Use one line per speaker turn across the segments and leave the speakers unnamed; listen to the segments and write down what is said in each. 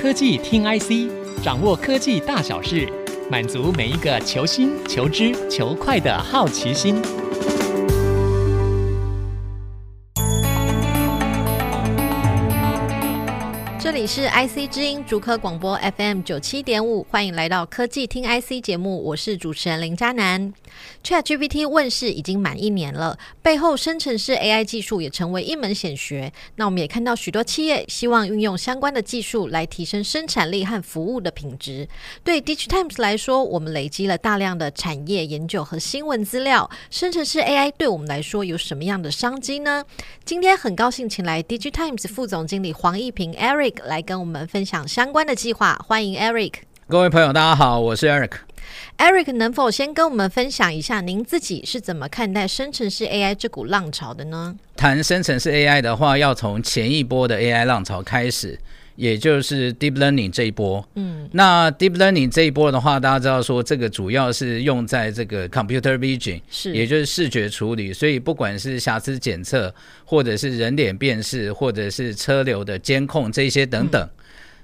科技听 IC，掌握科技大小事，满足每一个求新、求知、求快的好奇心。
这里是 IC 之音竹科广播 FM 九七点五，欢迎来到科技听 IC 节目，我是主持人林佳楠。ChatGPT 问世已经满一年了，背后生成式 AI 技术也成为一门显学。那我们也看到许多企业希望运用相关的技术来提升生产力和服务的品质。对 DigiTimes 来说，我们累积了大量的产业研究和新闻资料，生成式 AI 对我们来说有什么样的商机呢？今天很高兴请来 DigiTimes 副总经理黄义平 Eric 来跟我们分享相关的计划，欢迎 Eric。
各位朋友，大家好，我是 Eric。
Eric 能否先跟我们分享一下您自己是怎么看待生成式 AI 这股浪潮的呢？
谈生成式 AI 的话，要从前一波的 AI 浪潮开始，也就是 Deep Learning 这一波。嗯，那 Deep Learning 这一波的话，大家知道说这个主要是用在这个 Computer Vision，
是
也就是视觉处理，所以不管是瑕疵检测，或者是人脸辨识，或者是车流的监控这些等等。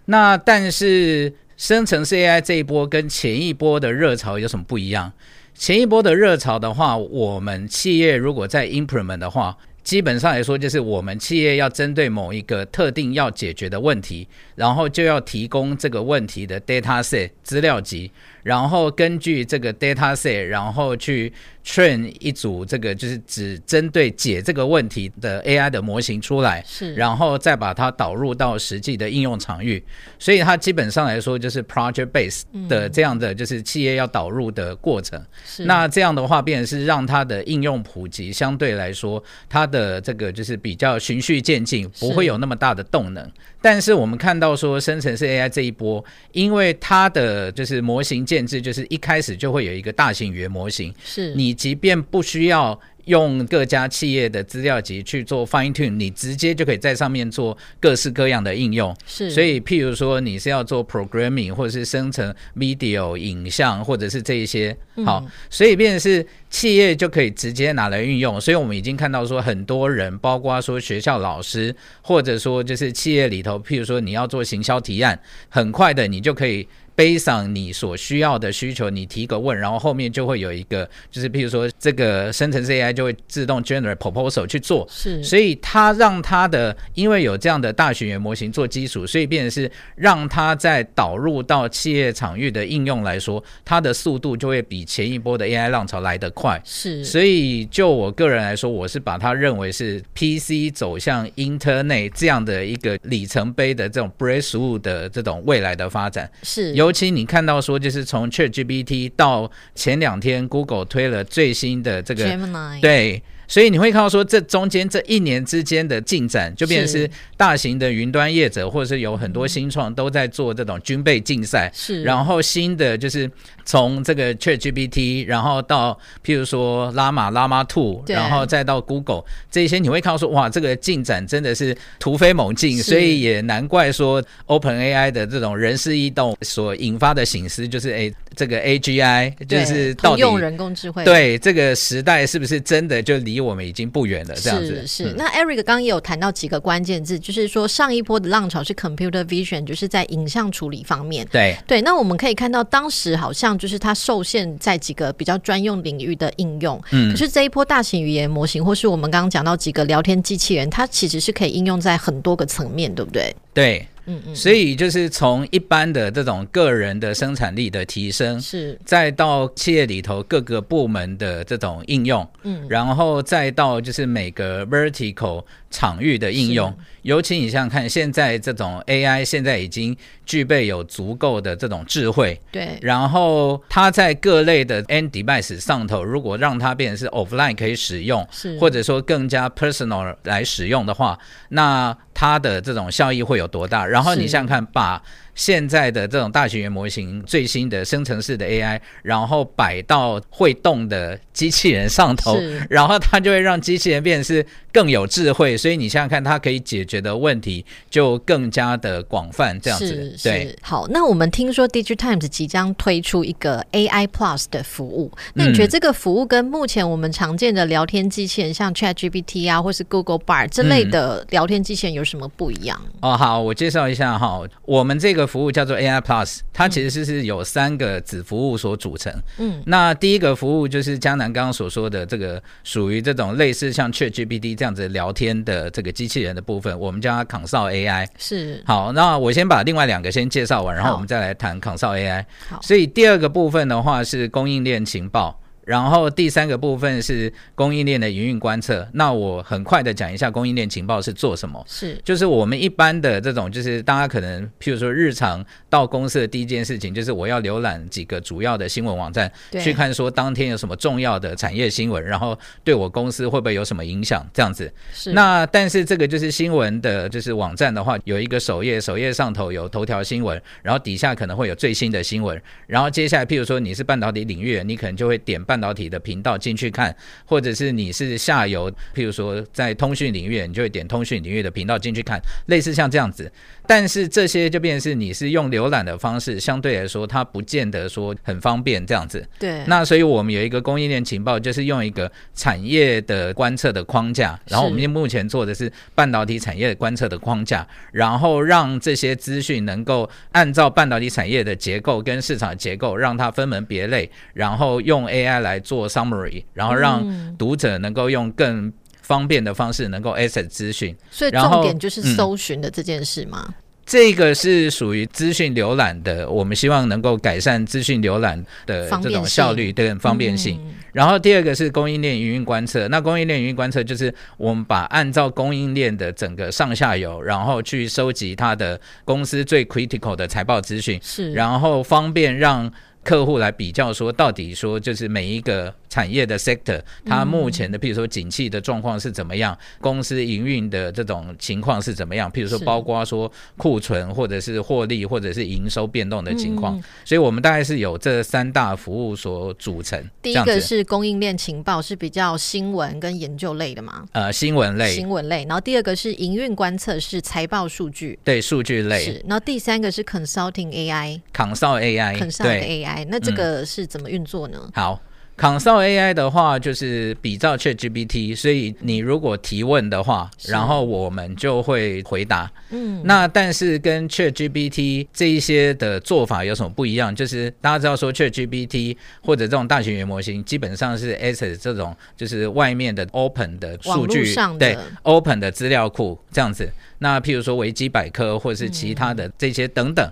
那但是生成式 AI 这一波跟前一波的热潮有什么不一样？前一波的热潮的话，我们企业如果在 implement 的话，基本上来说就是我们企业要针对某一个特定要解决的问题，然后就要提供这个问题的 data set 资料集，然后根据这个 data set，然后去 train 一组这个就是只针对解这个问题的 AI 的模型出来，
是
然后再把它导入到实际的应用场域。所以它基本上来说就是 project base 的这样的就是企业要导入的过程。
是
那这样的话，变成是让它的应用普及，相对来说，它的这个就是比较循序渐进，不会有那么大的动能。但是我们看到说，生成式 AI 这一波，因为它的就是模型建制，就是一开始就会有一个大型语言模型，
是
你即便不需要用各家企业的资料集去做 fine tune，你直接就可以在上面做各式各样的应用。
是
所以，譬如说你是要做 programming，或者是生成 video 影像，或者是这一些，好，所以变成是企业就可以直接拿来运用。所以我们已经看到说，很多人，包括说学校老师，或者说就是企业里头，譬如说你要做行销提案，很快的你就可以。背上你所需要的需求，你提个问，然后后面就会有一个，就是譬如说这个生成式 AI 就会自动 generate proposal 去做，
是
所以它让它的，因为有这样的大语言模型做基础，所以变成是让它在导入到企业场域的应用来说，它的速度就会比前一波的 AI 浪潮来得快。
是
所以就我个人来说，我是把它认为是 PC 走向 Internet 这样的一个里程碑的这种 breakthrough 的这种未来的发展。
是
尤其你看到说，就是从 ChatGPT 到前两天 Google 推了最新的这个
Gemini
对，所以你会看到说，这中间这一年之间的进展，就变成
是
是大型的云端业者，或者是有很多新创都在做这种军备竞赛。
是
然后新的就是从这个 ChatGPT，然后到譬如说拉玛、拉玛 Two，
对
然后再到 Google 这些，你会看到说哇，这个进展真的是突飞猛进，
是
所以也难怪说 OpenAI 的这种人事异动所引发的醒思，就是哎，这个 AGI 就
对
是
通
到底
用人工智慧
对这个时代是不是真的就离我们已经不远了？这样子
是是，
嗯
那 Eric 刚刚也有谈到几个关键字，就是说上一波的浪潮是 computer vision，就是在影像处理方面。
对。
对，那我们可以看到，当时好像就是它受限在几个比较专用领域的应用。嗯，可是这一波大型语言模型，或是我们刚刚讲到几个聊天机器人，它其实是可以应用在很多个层面，对不对？
对，嗯嗯，所以就是从一般的这种个人的生产力的提升，
是
再到企业里头各个部门的这种应用，嗯，然后再到就是每个 vertical 场域的应用。尤其你想想看，现在这种 AI 现在已经具备有足够的这种智慧，
对，
然后它在各类的 end device 上头，如果让它变成是 offline 可以使用，
是
或者说更加 personal 来使用的话，那它的这种效益会有多大？然后你
是
想想看，把现在的这种大型语言模型最新的生成式的 AI，然后摆到会动的机器人上头
是，
然后它就会让机器人变得是更有智慧。所以你想想看，它可以解决的问题就更加的广泛，这样子
是。
对，
是好，那我们听说 DigiTimes 即将推出一个 AI Plus 的服务，那你
嗯
觉得这个服务跟目前我们常见的聊天机器人，像 ChatGPT 啊，或是 Google Bar 这
嗯
类的聊天机器人有什么不一样？
哦，好，我介绍一下哈，我们这个服务叫做 AI Plus，它其实是是有三个子服务所组成。
嗯，
那第一个服务就是江南刚刚所说的这个属于这种类似像 ChatGPT 这样子聊天的这个机器人的部分，我们叫它 Console AI。
是
好，那我先把另外两个先介绍完，然后
好
我们再来谈 Console AI
好。
所以第二个部分的话是供应链情报。然后第三个部分是供应链的营运观测。那我很快的讲一下供应链情报是做什么。
是
就是我们一般的这种，就是大家可能，譬如说日常到公司的第一件事情，就是我要浏览几个主要的新闻网站，
对
去看说当天有什么重要的产业新闻，然后对我公司会不会有什么影响，这样子。
是
那但是这个就是新闻的，就是网站的话，有一个首页，首页上头有头条新闻，然后底下可能会有最新的新闻，然后接下来，譬如说你是半导体领域的，你可能就会点半导体的频道进去看，或者是你是下游，譬如说在通讯领域，你就会点通讯领域的频道进去看，类似像这样子。但是这些就变成是你是用浏览的方式，相对来说它不见得说很方便这样子。
对
那所以我们有一个供应链情报，就是用一个产业的观测的框架，然后我们目前做的是半导体产业观测的框架，然后让这些资讯能够按照半导体产业的结构跟市场的结构，让它分门别类，然后用 AI 来做 summary，然后
嗯
让读者能够用更方便的方式能够 access 资讯。
所以
然后
重点就是
嗯
搜寻的这件事嘛。
这个是属于资讯浏览的，我们希望能够改善资讯浏览的
方
这
便
种效
性
率跟方便性。然后第二个是供应链营运观测，那供应链营运观测就是我们把按照供应链的整个上下游，然后去收集它的公司最 critical 的财报资讯，
是，
然后方便让。客户来比较说，到底说就是每一个产业的 sector，它目
嗯
前的，譬如说景气的状况是怎么样，公司营运的这种情况是怎么样，譬如说
是
包括说库存或者是获利或者是营收变动的情况，
嗯
所以我们大概是有这三大服务所组成。
第一
这样
个
子
是供应链情报，是比较新闻跟研究类的嘛，
呃新闻类，
新闻类。然后第二个是营运观测，是财报数据。
对数据类
是，然后第三个是 consulting AI，
，Console AI，
很上的
哎对，嗯
AI，那这个是怎么运作呢？
好。Console AI 的话，就是比照 ChatGPT，所以你如果提问的话，
是
然后我们就会回答。
嗯，
那但是跟 ChatGPT 这一些的做法有什么不一样？就是大家知道说 ChatGPT 或者这种大型语言模型，基本上是 S 这种就是外面的 Open 的数
网络
据
上的
对 Open 的资料库这样子。那譬如说维基百科或是其他
嗯
的这些等等。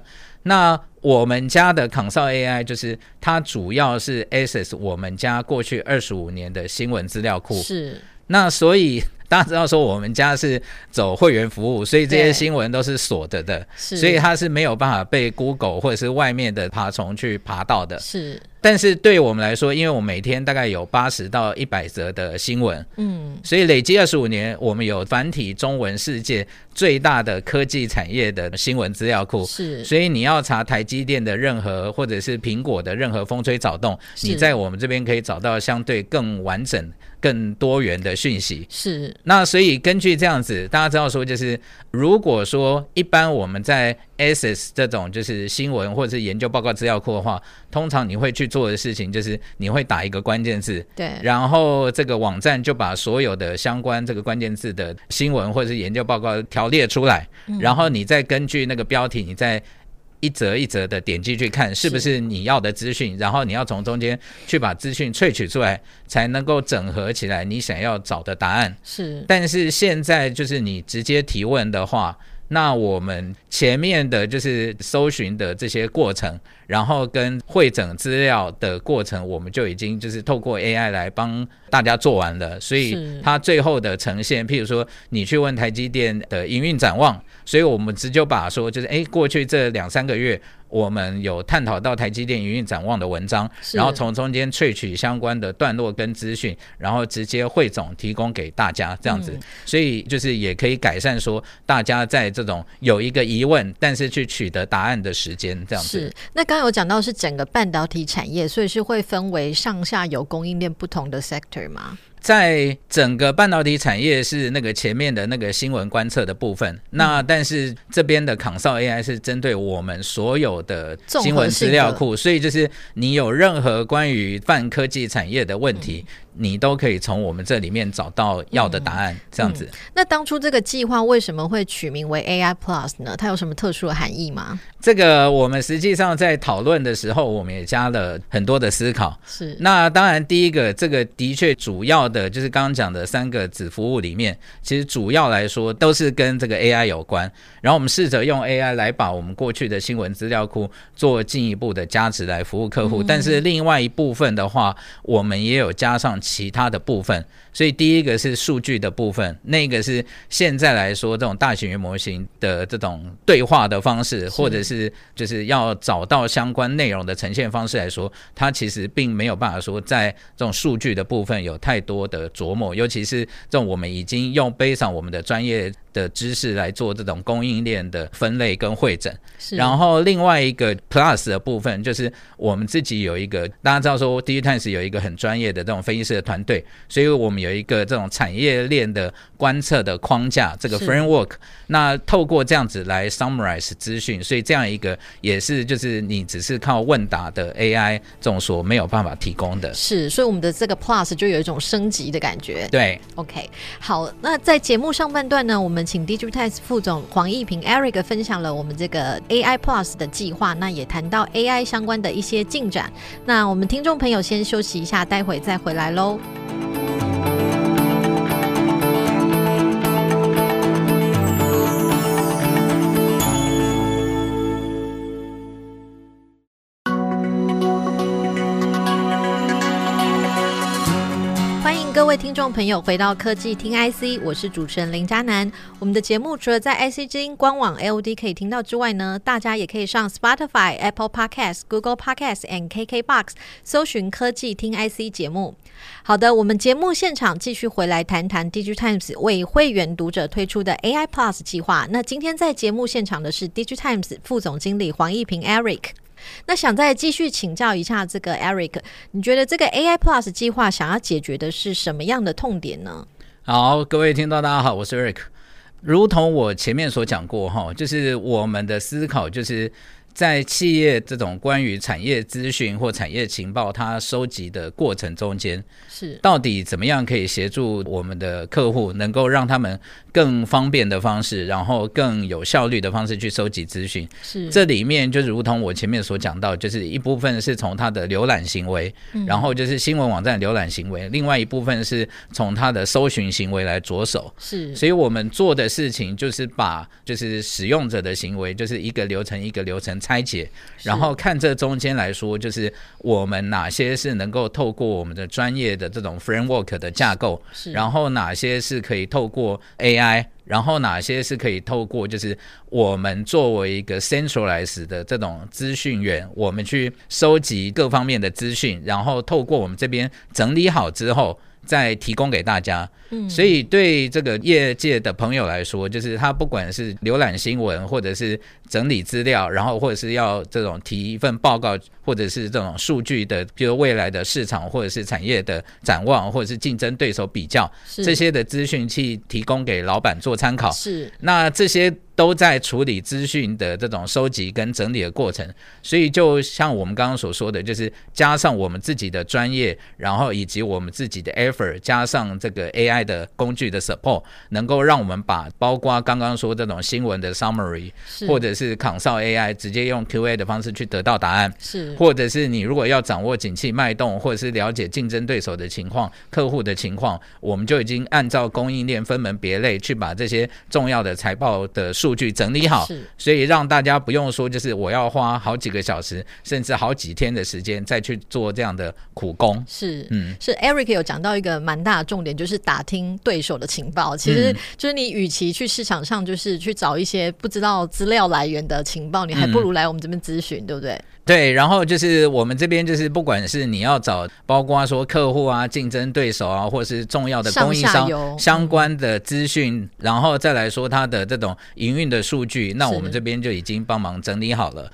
那我们家的 Console AI 就是它主要是 access 我们家过去二十五年的新闻资料库，
是
那所以大家知道说我们家是走会员服务，所以这
对
些新闻都是锁着的，
是，
所以它是没有办法被 Google 或者是外面的爬虫去爬到的。
是
但是对我们来说，因为我每天大概有八十到一百则的新闻，
嗯
所以累积二十五年，我们有繁体中文世界最大的科技产业的新闻资料库。
是
所以你要查台积电的任何，或者是苹果的任何风吹草动，
是
你在我们这边可以找到相对更完整、更多元的讯息。
是
那所以根据这样子，大家知道说，就是如果说一般我们在 ASIS 这种就是新闻或者是研究报告资料库的话，通常你会去做的事情就是你会打一个关键字，
对
然后这个网站就把所有的相关这个关键字的新闻或者是研究报告条列出来，然后你再根据那个标题，你再。一则一则的点进去看是不是你要的资讯，然后你要从中间去把资讯萃取出来，才能够整合起来你想要找的答案。
是
但是现在就是你直接提问的话，那我们前面的就是搜寻的这些过程，然后跟会诊资料的过程，我们就已经就是透过 AI 来帮大家做完了，所
是
以它最后的呈现，譬如说你去问台积电的营运展望，所以我们直接把说就是诶过去这两三个月。我们有探讨到台积电营运展望的文章，
是
然后从中间萃取相关的段落跟资讯，然后直接汇总提供给大家这样子。所以就是也可以改善说大家在这种有一个疑问，但是去取得答案的时间这样子。
是，那刚刚有讲到是整个半导体产业，所以是会分为上下游供应链不同的 sector 吗？
在整个半导体产业是那个前面的那个新闻观测的部分，那但是这边的 c o n s o l AI 是针对我们所有的新闻资料库，所以就是你有任何关于泛科技产业的问题，你都可以从我们这里面找到要的答案，这样子。
那当初这个计划为什么会取名为 AI Plus 呢？它有什么特殊的含义吗？
这个我们实际上在讨论的时候，我们也加了很多的思考。
是，
那当然，第一个，这个的确主要的就是刚刚讲的三个子服务里面，其实主要来说都是跟这个 AI 有关。然后我们试着用 AI 来把我们过去的新闻资料库做进一步的加值来服务客户。但是另外一部分的话，我们也有加上其他的部分。所以第一个是数据的部分，那个是现在来说这种大型语言模型的这种对话的方式，或者是就是要找到相关内容的呈现方式来说，它其实并没有办法说在这种数据的部分有太多的琢磨，尤其是这种我们已经用背上我们的专业的知识来做这种供应链的分类跟会诊。
是，
然后另外一个 Plus 的部分，就是我们自己有一个，大家知道说 d i g i t i m e s 有一个很专业的这种分析师的团队，所以我们有一个这种产业链的观测的框架，这个
是
framework。那透过这样子来 summarize 资讯，所以这样一个也是就是你只是靠问答的 AI 这种所没有办法提供的。
是，所以我们的这个 Plus 就有一种升级的感觉。
对，
OK，好，那在节目上半段呢，我们请 Digitize 副总黄义平 Eric 分享了我们这个 AI Plus 的计划，那也谈到 AI 相关的一些进展。那我们听众朋友先休息一下，待会再回来喽。欢迎各位听众朋友回到科技听 IC，我是主持人林嘉楠。我们的节目除了在 IC 之音官网 LD 可以听到之外呢，大家也可以上 Spotify、Apple Podcasts、Google Podcasts and KKBox 搜寻科技听 IC 节目。好的，我们节目现场继续回来谈谈 DigiTimes 为会员读者推出的 AI Plus 计划。那今天在节目现场的是 DigiTimes 副总经理黄义平 Eric。那想再继续请教一下这个 Eric，你觉得这个 AI Plus 计划想要解决的是什么样的痛点呢？
好，各位听众大家好，我是 Rick。如同我前面所讲过哈，就是我们的思考就是。在企业这种关于产业资讯或产业情报它收集的过程中间，
是
到底怎么样可以协助我们的客户，能够让他们更方便的方式，然后更有效率的方式去收集资讯？
是
嗯这里面就如同我前面所讲到，就是一部分是从他的浏览行为，然后就是新闻网站浏览行为，另外一部分是从他的搜寻行为来着手。
是
所以我们做的事情就是把就是使用者的行为，就是一个流程一个流程拆解，然后看这中间来说，就是我们哪些是能够透过我们的专业的这种 framework 的架构，
是
然后哪些是可以透过 AI。然后哪些是可以透过，就是我们作为一个 centralized 的这种资讯源，我们去收集各方面的资讯，然后透过我们这边整理好之后，再提供给大家。所以对这个业界的朋友来说，就是他不管是浏览新闻，或者是整理资料，然后或者是要这种提一份报告，或者是这种数据的，比如未来的市场或者是产业的展望，或者是竞争对手比较
是
这些啊的资讯，去提供给老板做参考。
是
那这些都在处理资讯的这种收集跟整理的过程，所以就像我们刚刚所说的，就是加上我们自己的专业，然后以及我们自己的 effort，加上这个 AI 的工具的 support，能够让我们把包括刚刚说这种新闻的 summary，
是
或者是 c o n s o l AI 直接用 QA 的方式去得到答案。
是
或者是你如果要掌握景气脉动，或者是了解竞争对手的情况、客户的情况，我们就已经按照供应链分门别类去把这些重要的财报的数据整理好，
是
所以让大家不用说就是我要花好几个小时，甚至好几天的时间再去做这样的苦工。
是，
嗯
是 Eric 有讲到一个蛮大的重点，就是打听对手的情报。其
嗯
实就是你与其去市场上就是去找一些不知道资料来源的情报，你还
嗯
不如来我们这边咨询，对不对？
对，然后就是我们这边就是不管是你要找，包括说客户啊、竞争对手啊，或者是重要的供应
上下
商
游
相关的资讯，然后再来说它的这种营运的数据，那
是
我们这边就已经帮忙整理好了。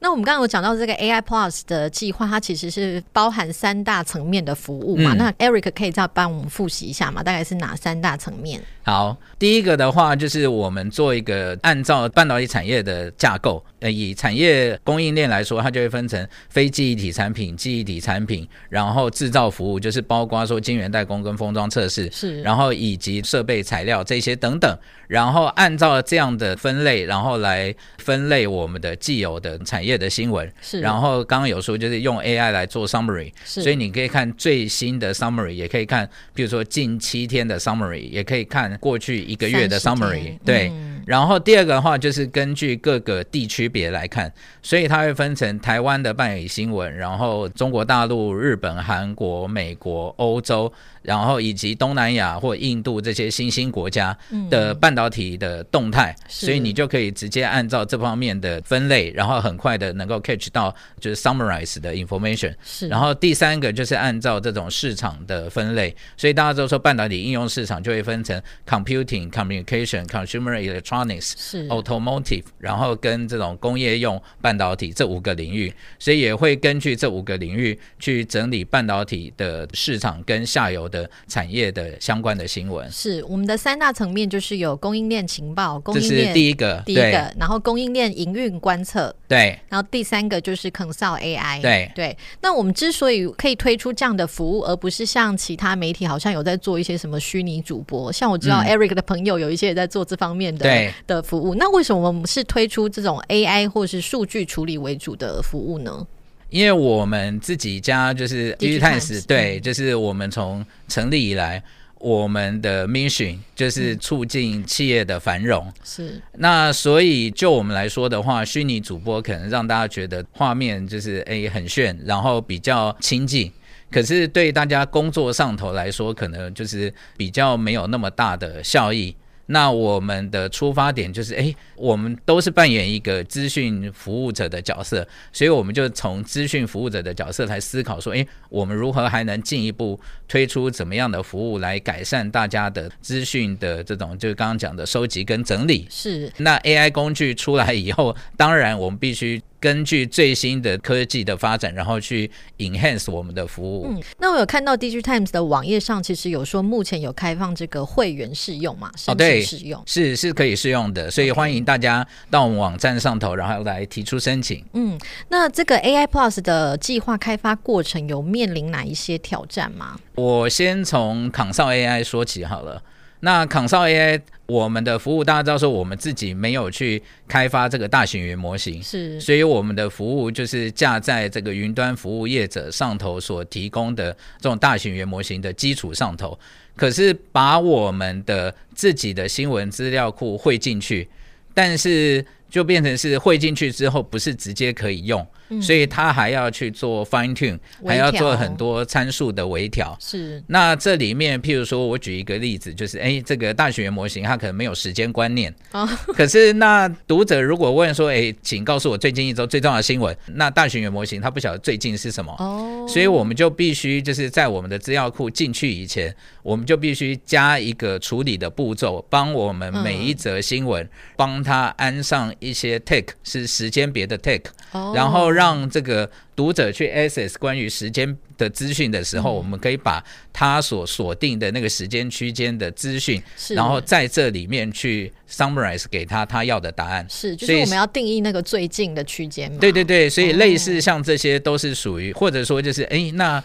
那我们刚刚有讲到这个 AI Plus 的计划，它其实是包含三大层面的服务嘛。
嗯
那 Eric 可以再帮我们复习一下嘛？大概是哪三大层面？
好，第一个的话就是我们做一个按照半导体产业的架构，呃，以产业供应链来说，它就会分成非记忆体产品、记忆体产品，然后制造服务，就是包括说晶圆代工跟封装测试，
是
然后以及设备材料这些等等，然后按照这样的分类，然后来分类我们的既有的产业的新闻。
是，
然后刚刚有说就是用 AI 来做 summary，
是
所以你可以看最新的 summary，也可以看比如说近七天的 summary，也可以看过去一个月的
30
summary
天。
对，
嗯
然后第二个的话就是根据各个地区别来看，所以它会分成台湾的半语新闻，然后中国大陆、日本、韩国、美国、欧洲，然后以及东南亚或印度这些新兴国家的半导体的动态，
是
所以你就可以直接按照这方面的分类，然后很快的能够 catch 到就是 summarize 的 information。
是，
然后第三个就是按照这种市场的分类，所以大家都说半导体应用市场就会分成 computing、communication、consumer electronics。
是
automotive，然后跟这种工业用半导体这五个领域，所以也会根据这五个领域去整理半导体的市场跟下游的产业的相关的新闻。
是我们的三大层面，就是有供应链情报、供
这
应
是
链
第一个，
第一个，然后供应链营运观测，
对对
然后第三个就是 Consult AI。
对
对，那我们之所以可以推出这样的服务，而不是像其他媒体好像有在做一些什么虚拟主播，像我知道 Eric 的朋友有一些也在做这方面的
嗯对
的服务。那为什么我们是推出这种 AI 或是数据处理为主的服务呢？
因为我们自己家就是
地区
u
探
探
视
视，对，就是我们从成立以来，我们的 mission 就是促进企业的繁荣。
是
那所以就我们来说的话，虚拟主播可能让大家觉得画面就是诶很炫，然后比较亲近。可是对大家工作上头来说，可能就是比较没有那么大的效益。那我们的出发点就是，诶，我们都是扮演一个资讯服务者的角色，所以我们就从资讯服务者的角色来思考说，诶，我们如何还能进一步推出怎么样的服务来改善大家的资讯的这种，就是刚刚讲的收集跟整理。
是，
那 AI 工具出来以后， 当然我们必须根据最新的科技的发展，然后去 enhance 我们的服务。
嗯，那我有看到 d i g i Times 的网页上，其实有说目前有开放这个会员试用嘛，申请
哦对
试用。
是是可以适用的，所以
OK
欢迎大家到我们网站上头，然后来提出申请。
嗯，那这个 AI Plus 的计划开发过程有面临哪一些挑战吗？
我先从康少 AI 说起好了。那康少 AI 我们的服务，大家知道说我们自己没有去开发这个大型语言模型，
是
所以我们的服务就是架在这个云端服务业者上头所提供的这种大型语言模型的基础上头，可是把我们的自己的新闻资料库汇进去，但是就变成是汇进去之后不是直接可以用，所以它还要去做 fine tune，
微
还要做
调
很多参数的微调。
是
那这里面，譬如说，我举一个例子，就是诶，这个大学模型它可能没有时间观念
哦
可是那读者如果问说，诶，请告诉我最近一周最重要的新闻，那大学模型它不晓得最近是什么。
哦，
所以我们就必须就是在我们的资料库进去以前，我们就必须加一个处理的步骤，帮我们每
嗯
一则新闻、帮它安上一些 tag，是时间别的 tag，
哦
然后让这个读者去 access 关于时间的资讯的时
嗯
候，我们可以把他所锁定的那个时间区间的资讯，
是
然后在这里面去 summarize 给他他要的答案。
是哦就
所
是
以
我们要定义那个最近的区间嘛？
对对对，所以类似像这些都是属于，或者说就是诶，那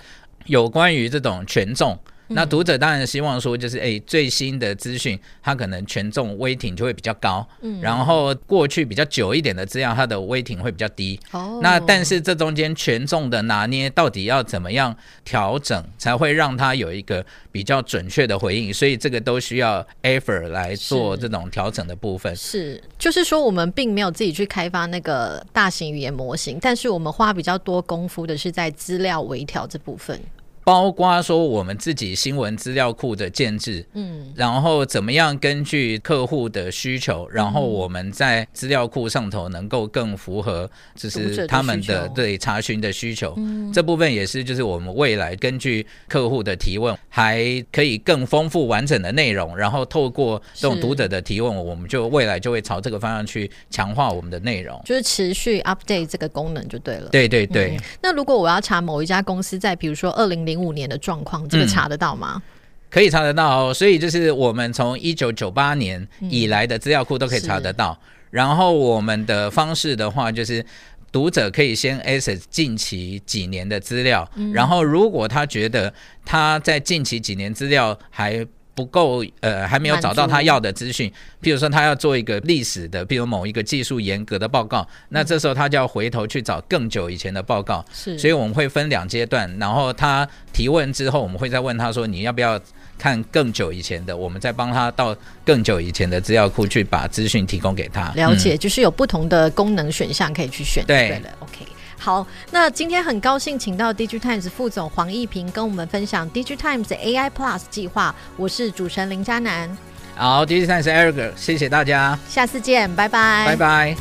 有关于这种权重。
嗯
那读者当然希望说，就是诶、最新的资讯，它可能权重微挺就会比较高，嗯，然后过去比较久一点的资料，它的微挺会比较低。
哦
那但是这中间权重的拿捏到底要怎么样调整，才会让它有一个比较准确的回应？所以这个都需要 effort 来做
是
这种调整的部分。
是，就是说我们并没有自己去开发那个大型语言模型，但是我们花比较多功夫的是在资料微调这部分。
包括说我们自己新闻资料库的建制，
嗯，
然后怎么样根据客户的需求，然后我们在资料库上头能够更符合，就
读者
是
的
他们
需
的
求嗯
对查询的需求。这部分也是就是我们未来根据客户的提问，还可以更丰富完整的内容，然后透过这种
是
读者的提问，我们就未来就会朝这个方向去强化我们的内容。
就是持续 update 这个功能就对了。嗯
对对对。
那如果我要查某一家公司在比如说二零零五年的状况，这个
嗯
查得到吗？
可以查得到、哦，所以就是我们从一九九八年以来的资料库都可以查得到。嗯然后我们的方式的话，就是读者可以先 access 近期几年的资料，嗯然后如果他觉得他在近期几年资料还不够，呃，还没有找到他要的资讯，譬如说他要做一个历史的，譬如某一个技术严格的报告，那这时候他就要回头去找更久以前的报告，
是，
所以我们会分两阶段，然后他提问之后，我们会再问他说你要不要看更久以前的，我们再帮他到更久以前的资料库去把资讯提供给他。
了
嗯
解，就是有不同的功能选项可以去选。
对
对了，OK。好，那今天很高兴请到 DigiTimes 副总黄义平跟我们分享 DigiTimes AI Plus 计划。我是主持人林嘉楠，
嗯好，第三是 Eric，谢谢大家，
下次见，拜拜，
拜拜。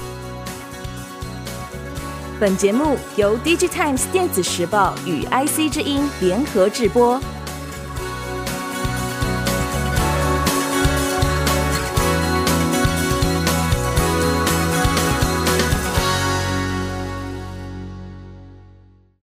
本节目由《DigiTimes 电子时报》与 IC 之音联合制播，